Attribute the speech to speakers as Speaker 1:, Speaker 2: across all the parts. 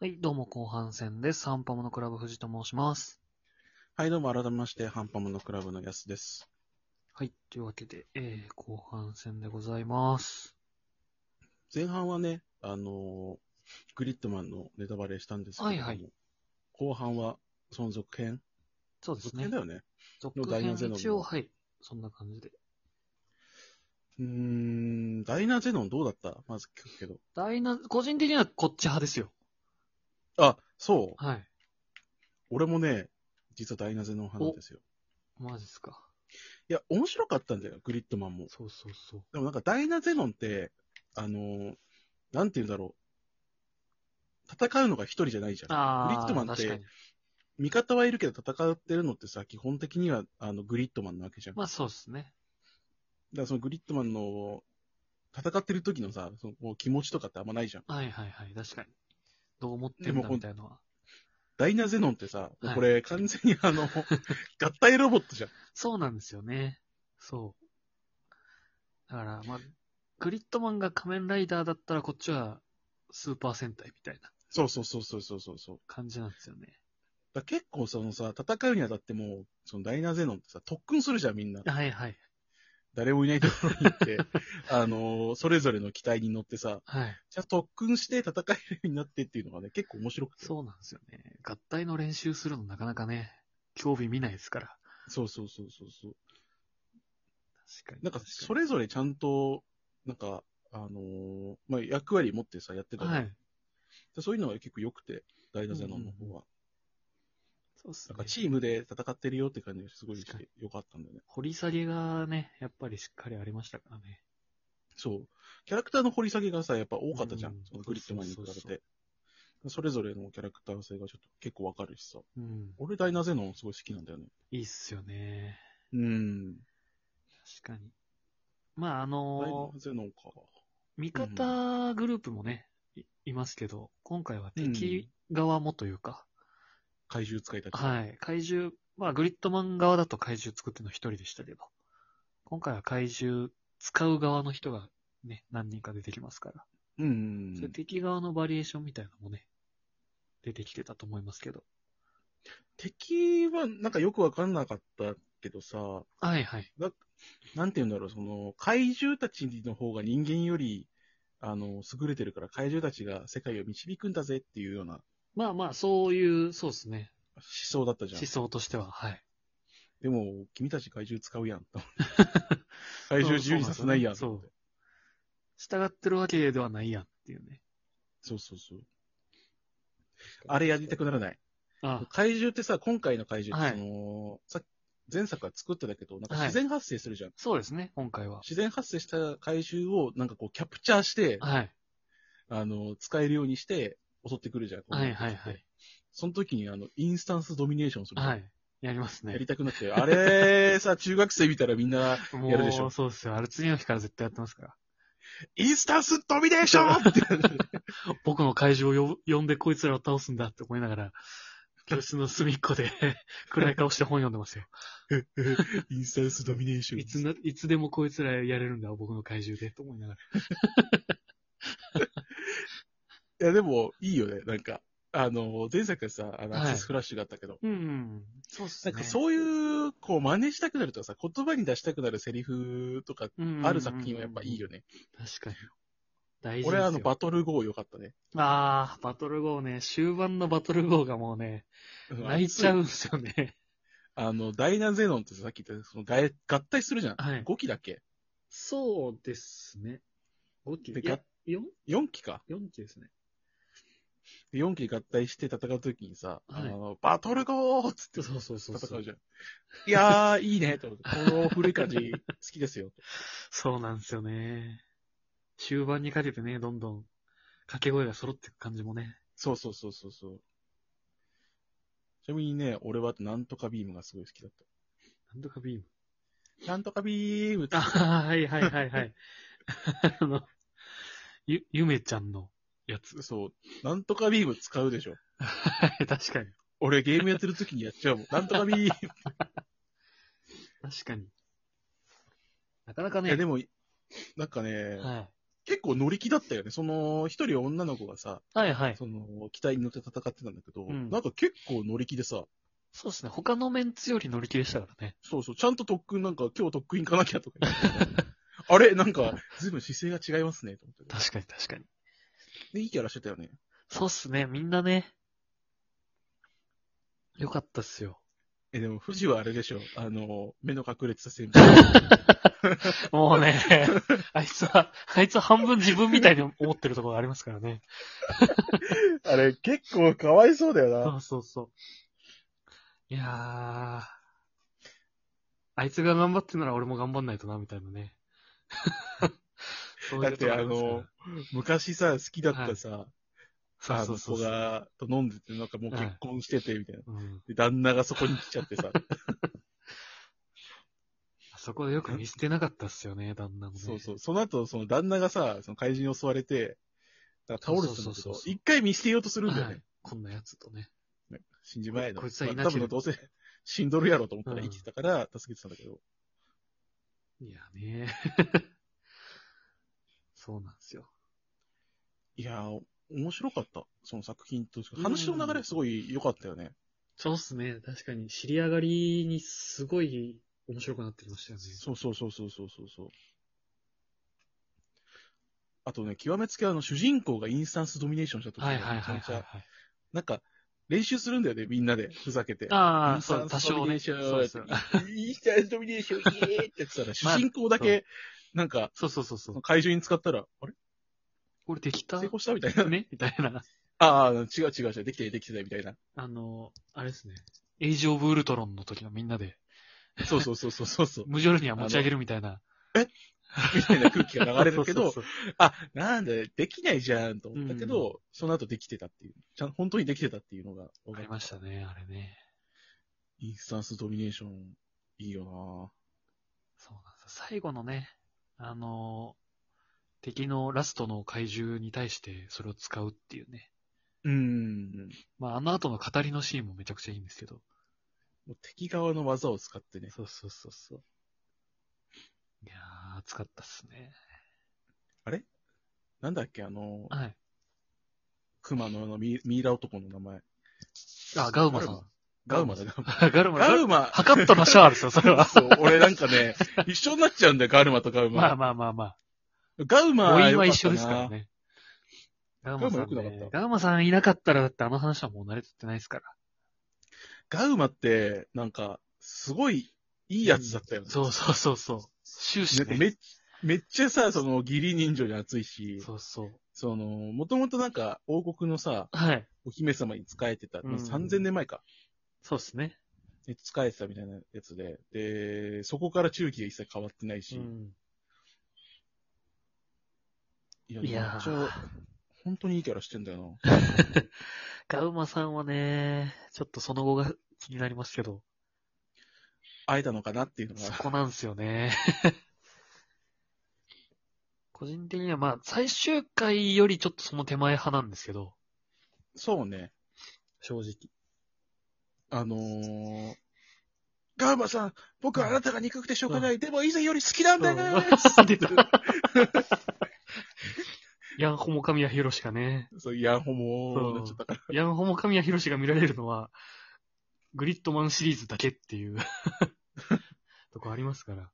Speaker 1: はい、どうも後半戦です。サンパモノクラブ藤と申します。
Speaker 2: はい、どうも改めまして、ハンパモノクラブのやすです。
Speaker 1: はい、というわけで、えー、後半戦でございます。
Speaker 2: 前半はね、あのーグリッドマンのネタバレしたんですけど
Speaker 1: は
Speaker 2: も、
Speaker 1: いはい
Speaker 2: 後半は、その続編
Speaker 1: そうです
Speaker 2: 続
Speaker 1: ね
Speaker 2: 編だ。よね。
Speaker 1: 続
Speaker 2: 第
Speaker 1: 編
Speaker 2: 四ゼノン
Speaker 1: 一応、
Speaker 2: の
Speaker 1: はい、そんな感じで。
Speaker 2: うーん、ダイナゼノンどうだったまず聞くけど。
Speaker 1: ダイナ、個人的にはこっち派ですよ。
Speaker 2: あ、そう。
Speaker 1: はい。
Speaker 2: 俺もね、実はダイナゼノン派なんですよ。
Speaker 1: マジっすか。
Speaker 2: いや、面白かったんだよ、グリッドマンも。
Speaker 1: そうそうそう。
Speaker 2: でもなんかダイナゼノンって、あのーなんて言うんだろう。戦うのが一人じゃないじゃん。
Speaker 1: あー、
Speaker 2: グリッドマンって
Speaker 1: 確かに。
Speaker 2: 味方はいるけど戦ってるのってさ、基本的にはあのグリッドマンなわけじゃん。
Speaker 1: まあそうですね。
Speaker 2: だからそのグリッドマンの戦ってる時のさ、そのこう気持ちとかってあんまないじゃん。
Speaker 1: はいはいはい、確かに。どう思ってるん
Speaker 2: で
Speaker 1: だ
Speaker 2: も
Speaker 1: みたいなのは。
Speaker 2: ダイナゼノンってさ、
Speaker 1: はい
Speaker 2: これ完全に あの、合体ロボットじゃん。
Speaker 1: そうなんですよね。そう。だから、まあ、グリッドマンが仮面ライダーだったらこっちはスーパー戦隊みたいな。
Speaker 2: そうそうそうそうそうそうそう。
Speaker 1: 感じなんですよね。
Speaker 2: だから結構そのさ、戦うにあたっても、そのダイナゼノンってさ、特訓するじゃんみんな。
Speaker 1: はいはい。
Speaker 2: 誰もいないところに行って、 あのそれぞれの機体に乗ってさ、
Speaker 1: はい。
Speaker 2: じゃあ特訓して戦えるようになってっていうのがね、結構面白くて。
Speaker 1: そうなんですよね。合体の練習するのなかなかね、興味見ないですから。
Speaker 2: そうそうそうそうそう。
Speaker 1: 確かに。
Speaker 2: なんか、そ
Speaker 1: れ
Speaker 2: れぞれちゃんと、なんか、あのーまあ、役割持ってさ、やってた、
Speaker 1: はい。
Speaker 2: そういうのが結構良くて、ダイナゼノンの
Speaker 1: うん
Speaker 2: 方は。
Speaker 1: そうっす
Speaker 2: なん
Speaker 1: ね
Speaker 2: か、。チームで戦ってるよって感じがすごいし
Speaker 1: 確か
Speaker 2: て良かったんだよね。
Speaker 1: 掘り下げがね、やっぱりしっかりありましたからね。
Speaker 2: そう。キャラクターの掘り下げがさ、やっぱ多かったじゃん。
Speaker 1: うん
Speaker 2: そのグリッドマンに比べ
Speaker 1: そ
Speaker 2: て。
Speaker 1: う
Speaker 2: そ
Speaker 1: そうそう
Speaker 2: れぞれのキャラクター性がちょっと結構わかるしさ。
Speaker 1: うん。
Speaker 2: 俺、ダイナゼノンすごい好きなんだよね。
Speaker 1: いいっすよね。
Speaker 2: うん。
Speaker 1: 確かに。まあ、あ
Speaker 2: ダイ
Speaker 1: の
Speaker 2: ナゼノンか。
Speaker 1: 味方グループもね、いいますけど、今回は敵側もというか、
Speaker 2: 怪獣使いたち。
Speaker 1: はい。怪獣、まあ、グリッドマン側だと怪獣作っての一人でしたけど、今回は怪獣使う側の人がね、何人か出てきますから、
Speaker 2: うんうん
Speaker 1: そうれ
Speaker 2: ん。
Speaker 1: 敵側のバリエーションみたいなのもね、出てきてたと思いますけど。
Speaker 2: 敵は、なんかよくわかんなかったけどさ、
Speaker 1: はいはい。
Speaker 2: ななんて言うんだろう、その、怪獣たちの方が人間より、あの、優れてるから、怪獣たちが世界を導くんだぜっていうような思
Speaker 1: まあまあ、そういう、そうですね。
Speaker 2: 想だったじゃん
Speaker 1: 思。想としては、はい。
Speaker 2: でも、君たち怪獣使うやん。 怪獣自由にさせないやん。
Speaker 1: そう従ってるわけではないやんっていうね。
Speaker 2: そうそうそう。あれやりたくならない。
Speaker 1: あ
Speaker 2: 怪獣ってさ、今回の怪獣っ
Speaker 1: は
Speaker 2: て、
Speaker 1: い
Speaker 2: その、さ前作は作ってたけど、なんか
Speaker 1: はい
Speaker 2: 自然発生するじゃん。
Speaker 1: そうですね、今回は。
Speaker 2: 自然発生した怪獣を、なんかこう、キャプチャーして、
Speaker 1: はい。
Speaker 2: あの、使えるようにして、襲ってくるじゃん。
Speaker 1: はいはいはい。
Speaker 2: その時にあの、インスタンスドミネーションする。
Speaker 1: はい。やります
Speaker 2: や
Speaker 1: ね
Speaker 2: り。たくなって、あれさ、中学生見たらみんな、
Speaker 1: も
Speaker 2: やるでしょ
Speaker 1: う、そうですよ。あれ次の日から絶対やってますから。
Speaker 2: インスタンスドミネーションって。
Speaker 1: 僕の怪獣を呼ぶ呼んでこいつらを倒すんだって思いながら、教室の隅っこで 暗い顔して本読んでますよ。
Speaker 2: インスタンスドミネーション。
Speaker 1: いつな、いつでもこいつらやれるんだ、僕の怪獣で、と思いながら。
Speaker 2: いや、でも、いいよね。なんか、あの、前作はさ、あの、
Speaker 1: は
Speaker 2: ア
Speaker 1: い
Speaker 2: クセスフラッシュがあったけど、
Speaker 1: うん。そうっす
Speaker 2: な
Speaker 1: ね。
Speaker 2: んかそういう、こう、真似したくなるとかさ、言葉に出したくなるセリフとか、
Speaker 1: うん
Speaker 2: ある作品はやっぱいいよ
Speaker 1: ね。
Speaker 2: ね。
Speaker 1: 確かに。大事ですよ。
Speaker 2: 俺はあの、バトル号良かったね。
Speaker 1: あーバトル号ね、終盤のバトル号がもうね、泣いちゃ
Speaker 2: う。
Speaker 1: うんんですよね。
Speaker 2: あの、ダイナゼノンってさっき言った、その、がえ合体するじゃん。
Speaker 1: はい
Speaker 2: 5期だっけ
Speaker 1: そうですね。5期
Speaker 2: で
Speaker 1: いや
Speaker 2: が、
Speaker 1: 4?
Speaker 2: ?4 期か。
Speaker 1: 4期ですね。
Speaker 2: で4期で合体して戦うときにさ、
Speaker 1: はい
Speaker 2: あの、バトルゴーっつって
Speaker 1: そうそうそうそ
Speaker 2: 戦
Speaker 1: う
Speaker 2: うじゃん。いやー、いいね、と思って。この古い感じ、好きですよ。
Speaker 1: そうなんですよね。終盤にかけてね、どんどん掛け声が揃っていく感じもね。
Speaker 2: そうそうそうそうそう。ちなみにね、俺はなんとかビームがすごい好きだっ
Speaker 1: なんとかビーム。
Speaker 2: た。なんとかビームって
Speaker 1: あ、はいはいはいはい。 あの、ゆ、ゆめちゃんのやつ。
Speaker 2: そう、なんとかビーム使うでしょ。
Speaker 1: はい、 確かに。
Speaker 2: 俺ゲームやってる時にやっちゃうもん。なんとか ビーム。
Speaker 1: 確かに。なかなか
Speaker 2: い
Speaker 1: ね。
Speaker 2: や、でも、なんかね、
Speaker 1: はい。
Speaker 2: 結構乗り気だったよね。その、一人女の子がさ、
Speaker 1: はいはい。
Speaker 2: その、機体に乗って戦ってたんだけど、
Speaker 1: うん
Speaker 2: なんか結構乗り気でさ、
Speaker 1: そうですね。他のメンツより乗り気でしたからね。
Speaker 2: そうそう、ちゃんと特訓なんか、今日特訓行かなきゃとか言って あれなんか、ずいぶん姿勢が違いますね、と思って。
Speaker 1: 確かに確かに。
Speaker 2: で、いいキャラしてたよね。
Speaker 1: そうっすね。みんなね。よかったっすよ。
Speaker 2: え、でも、富士はあれでしょ。あの、目の隠れてた先輩。
Speaker 1: もうね、 あいつは、あいつは半分自分みたいに思ってるところがありますからね。
Speaker 2: あれ、結構かわいそうだよ
Speaker 1: そう。そうそう。いやー。あいつが頑張ってんなら俺も頑張んないとな、みたいなね。 そう
Speaker 2: だ
Speaker 1: い
Speaker 2: っ
Speaker 1: うと
Speaker 2: て、
Speaker 1: こ
Speaker 2: あ
Speaker 1: りますから
Speaker 2: の、 昔さ、好きだったさ、
Speaker 1: そう
Speaker 2: あ
Speaker 1: そ
Speaker 2: の
Speaker 1: うそ
Speaker 2: 子
Speaker 1: うそう。
Speaker 2: が、と飲んでて、なんかもう結婚してて、みたいな。
Speaker 1: うん。
Speaker 2: で、旦那がそこに来ちゃっ てさ。
Speaker 1: あそこでよく見捨てなかったっすよ ね、旦那もね。
Speaker 2: そうそう。その後、その旦那がさ、その怪人に襲われて、なんか倒れてた
Speaker 1: そ
Speaker 2: んだ
Speaker 1: う
Speaker 2: け
Speaker 1: そ
Speaker 2: ど
Speaker 1: うそう、そう
Speaker 2: 一回見捨てようとするんだよ
Speaker 1: は
Speaker 2: ね
Speaker 1: い。。こんなやつとね。
Speaker 2: 死んじまえの。
Speaker 1: こいつはいな
Speaker 2: ま
Speaker 1: け
Speaker 2: あ
Speaker 1: れば
Speaker 2: 多分どうせ 死んどるやろと思ったら
Speaker 1: うん
Speaker 2: 生きてたから助けてたんだけど。
Speaker 1: いやね。 そうなんですよ。
Speaker 2: いやー、面白かった。その作品としか
Speaker 1: うん
Speaker 2: 話の流れすごい良かったよね。
Speaker 1: そうっすね。確かに、知り上がりにすごい面白くなってきましたよね。
Speaker 2: そうそうそうそうそうそうそう。あとね、極めつけあの主人公がインスタンスドミネーションした時
Speaker 1: はいはい
Speaker 2: めち
Speaker 1: は
Speaker 2: ゃ
Speaker 1: い
Speaker 2: め
Speaker 1: は
Speaker 2: ち
Speaker 1: い、は
Speaker 2: ゃ
Speaker 1: い。
Speaker 2: なんか、練習するんだよね、みんなで、ふざけて。
Speaker 1: あ
Speaker 2: イ
Speaker 1: あ、
Speaker 2: ンス
Speaker 1: そ
Speaker 2: タ
Speaker 1: う、
Speaker 2: ン
Speaker 1: 多
Speaker 2: スド
Speaker 1: 少
Speaker 2: ミネー
Speaker 1: ね。
Speaker 2: ション
Speaker 1: そうですよ
Speaker 2: インスタンスドミネーション、イエーイってやってたら、主人公だけ、なんか、
Speaker 1: そうそうそうそう。
Speaker 2: 会場に使ったら、あれ
Speaker 1: 俺できた
Speaker 2: 成功したみたいな。
Speaker 1: ね みたいな。
Speaker 2: ああ、違う違う違う、できてないできてないみたいな。
Speaker 1: あの、あれですね。エイジ・オブ・ウルトロンの時のみんなで、
Speaker 2: そうそうそうそうそうそう。
Speaker 1: 無情には持ち上げるみたいな。
Speaker 2: みたいな空気が流れる け
Speaker 1: そう
Speaker 2: ど
Speaker 1: そう、そう
Speaker 2: あ、なんだ、できないじゃんと思ったけ
Speaker 1: うん
Speaker 2: ど、その後できてたっていう。ちゃん本当にできてたっていうのが分
Speaker 1: あ
Speaker 2: か
Speaker 1: り
Speaker 2: る。
Speaker 1: ましたね、あれね。
Speaker 2: インスタンスドミネーション、いいよ
Speaker 1: そうなんですよ最後のね、あの、敵のラストの怪獣に対してそれを使うっていうね。
Speaker 2: なうん。
Speaker 1: まあ、あの後の語りのシーンもめちゃくちゃいいんですけど。
Speaker 2: もう敵側の技を使ってね。
Speaker 1: そうそうそうそう。いやー、熱かったっすね。
Speaker 2: なんだっけ、あの、
Speaker 1: はい。
Speaker 2: 熊のあのミイミイラ男の名前。
Speaker 1: あ、ガウマさん。
Speaker 2: ガウマだ、ガウマ。
Speaker 1: ガウマ、
Speaker 2: ガウマ、
Speaker 1: ハカットのシャアですよ、それは。
Speaker 2: そう、俺なんかね、一緒になっちゃうんだよ、ガウマとガウマ。
Speaker 1: まあまあまあまあ。
Speaker 2: ガウマ
Speaker 1: 母音
Speaker 2: 良
Speaker 1: は
Speaker 2: かったな
Speaker 1: 一緒ですからね。ガウマさん、
Speaker 2: ガウマ良くなか
Speaker 1: ね
Speaker 2: っ、た
Speaker 1: ガウマさんいなかったらだってあの話はもう慣れてってないですから。
Speaker 2: ガウマって、なんか、すごい、いいやつだったよね。
Speaker 1: そうそうそうそう。終
Speaker 2: な
Speaker 1: 始
Speaker 2: んか
Speaker 1: ね。
Speaker 2: めっめっちゃさ、その、義理人情に熱いし、そ
Speaker 1: そうそう。
Speaker 2: の、もともとなんか、王国のさ、
Speaker 1: はい。
Speaker 2: お姫様に仕えてた、
Speaker 1: うん
Speaker 2: もう3000年前か、
Speaker 1: そうですね。
Speaker 2: ね仕えてたみたいなやつで、で、そこから中期が一切変わってないし、
Speaker 1: うん。
Speaker 2: いや、
Speaker 1: いやー
Speaker 2: めっちゃ、本当にいいキャラしてんだよ
Speaker 1: ガウマさんはね、ちょっとその後が気になりますけど、
Speaker 2: な。会えたのかなっていうの
Speaker 1: そ
Speaker 2: が、
Speaker 1: こなんですよ ね。個人的にはまあ、最終回よりちょっとその手前派なんですけど、
Speaker 2: そうね、
Speaker 1: 正直。
Speaker 2: あのー、ガウマさん、僕はあなたが憎くてしょうがない、でも以前より好きなんだよね
Speaker 1: うん 出たヤンホモ神谷博士がね、
Speaker 2: そう、いや、ほもーなっちゃったから。
Speaker 1: ヤンホモ神谷博士が見られるのは、グリッドマンシリーズだけっていう、 とこありますから。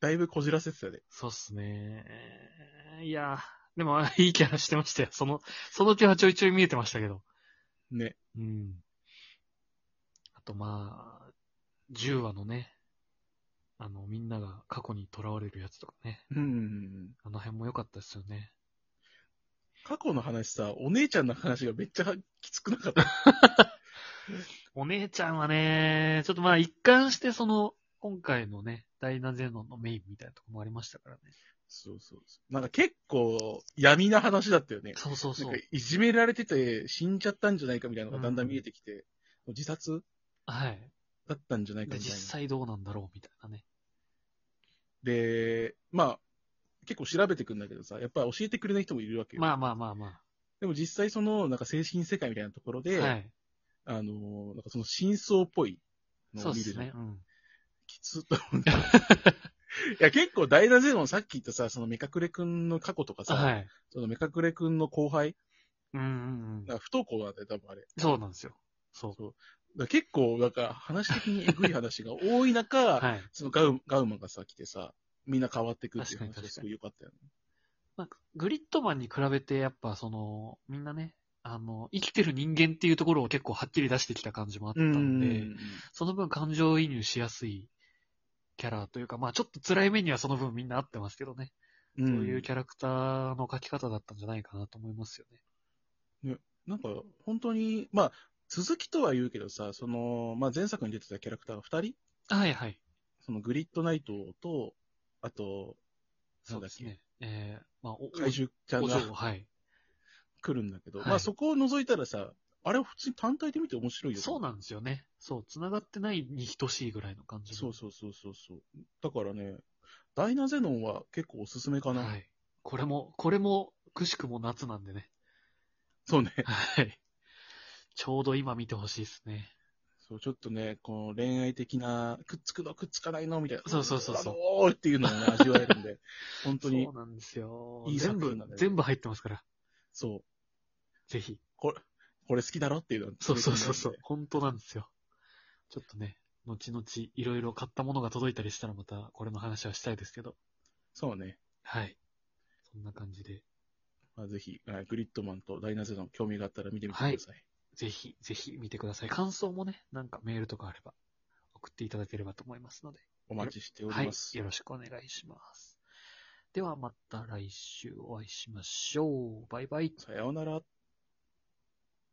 Speaker 2: だいぶこじらせてたね。
Speaker 1: そうっすね。いや、でも、いいキャラしてましたよ。その、その手はちょいちょい見えてましたけど。
Speaker 2: ね。
Speaker 1: うん。あと、まあ、10話のね、あの、みんなが過去に囚われるやつとかね。
Speaker 2: うん。
Speaker 1: あの辺も良かったですよね。
Speaker 2: 過去の話さ、お姉ちゃんの話がめっちゃきつくなかった。
Speaker 1: お姉ちゃんはね、ちょっとまあ一貫してその、今回のね、ダイナゼノンのメインみたいなとこもありましたからね。
Speaker 2: そうそうそう。なんか結構闇な話だったよね。
Speaker 1: そうそう
Speaker 2: な
Speaker 1: そ
Speaker 2: ん
Speaker 1: う
Speaker 2: か。いじめられてて死んじゃったんじゃないかみたいなのがだんだん見えてきて、自殺
Speaker 1: はい。
Speaker 2: だったんじゃないか
Speaker 1: で
Speaker 2: みたい
Speaker 1: 実
Speaker 2: な。
Speaker 1: 際どうなんだろうみたいなね。
Speaker 2: で、まあ、結構調べてくんだけどさ、やっぱ教えてくれない人もいるわけよ。
Speaker 1: まあまあまあま
Speaker 2: でも実際その、なんか精神世界みたいなところ
Speaker 1: あ。
Speaker 2: で、
Speaker 1: はい。
Speaker 2: あのー、なんかその真相っぽいの
Speaker 1: そ
Speaker 2: を
Speaker 1: う
Speaker 2: 見
Speaker 1: で
Speaker 2: るじゃ
Speaker 1: す
Speaker 2: ん。
Speaker 1: ね。うん。
Speaker 2: きつっと思って。いや、結構大なゼノンさっき言ったさ、そのメカクレ君の過去とかさ、
Speaker 1: はい。
Speaker 2: そのメカクレ君の後輩、
Speaker 1: うんうんうん
Speaker 2: だ。から不登校なんだよ、多分あれ。
Speaker 1: そうなんですよ。そう。
Speaker 2: だから結構、なんか話的にえぐい話が多い中、
Speaker 1: はい。
Speaker 2: そのガウガウマがさ、来てさ、みんな変わってくっていう
Speaker 1: 確
Speaker 2: 話
Speaker 1: かに
Speaker 2: がすごい良かったよね。
Speaker 1: まあ、グリッドマンに比べて、やっぱその、みんなね、あの、生きてる人間っていうところを結構はっきり出してきた感じもあったので、その分感情移入しやすいキャラというか、まあちょっと辛い目にはその分みんな合ってますけどね。
Speaker 2: うん
Speaker 1: そういうキャラクターの描き方だったんじゃないかなと思いますよね。
Speaker 2: なんか、本当に、まあ、続きとは言うけどさ、その、まあ、前作に出てたキャラクターが2人、
Speaker 1: はいはい。
Speaker 2: そのグリッドナイトと、あと、
Speaker 1: そうですね。えー、まあ、お、
Speaker 2: 怪獣ちゃん
Speaker 1: お
Speaker 2: が
Speaker 1: 嬢、はい。
Speaker 2: 来るんだけど、
Speaker 1: はい
Speaker 2: まあそこを除いたらさ、あれは普通に単体で見て面白いよね。
Speaker 1: そうなんですよね。そう、繋がってないに等しいぐらいの感じの
Speaker 2: そうそうそうそうそう。だからね、ダイナゼノンは結構おすすめかな。
Speaker 1: はい。これも、これも、くしくも夏なんでね。
Speaker 2: そうね。
Speaker 1: はい。ちょうど今見てほしいですね。
Speaker 2: そう、ちょっとね、この恋愛的な、くっつくのくっつかないのみたいな。
Speaker 1: そうそうそうそう
Speaker 2: う。っていうのを ね、味わえるんで、本当に
Speaker 1: そ、うなんですよ。
Speaker 2: いい
Speaker 1: 全
Speaker 2: 作
Speaker 1: 部
Speaker 2: 品なんだ、よ
Speaker 1: 全部入ってますから。
Speaker 2: そう、
Speaker 1: ぜひ。
Speaker 2: これ、これ好きだろっていうのを
Speaker 1: そうそうそうそう。。本当なんですよ。ちょっとね、後々いろいろ買ったものが届いたりしたらまたこれの話はしたいですけど。
Speaker 2: そうね。
Speaker 1: はい。そんな感じで。
Speaker 2: まあ、ぜひ、あグリッドマンとダイナゼノン興味があったら見てみてください。
Speaker 1: ぜひ、ぜひ見てください。感想もね、なんかメールとかあれば送っていただければと思いますので。
Speaker 2: お待ちしてお
Speaker 1: は
Speaker 2: り
Speaker 1: い
Speaker 2: ま。す。
Speaker 1: よろしくお願いします。ではまた来週お会いしましょう。バイバイ。
Speaker 2: さようなら。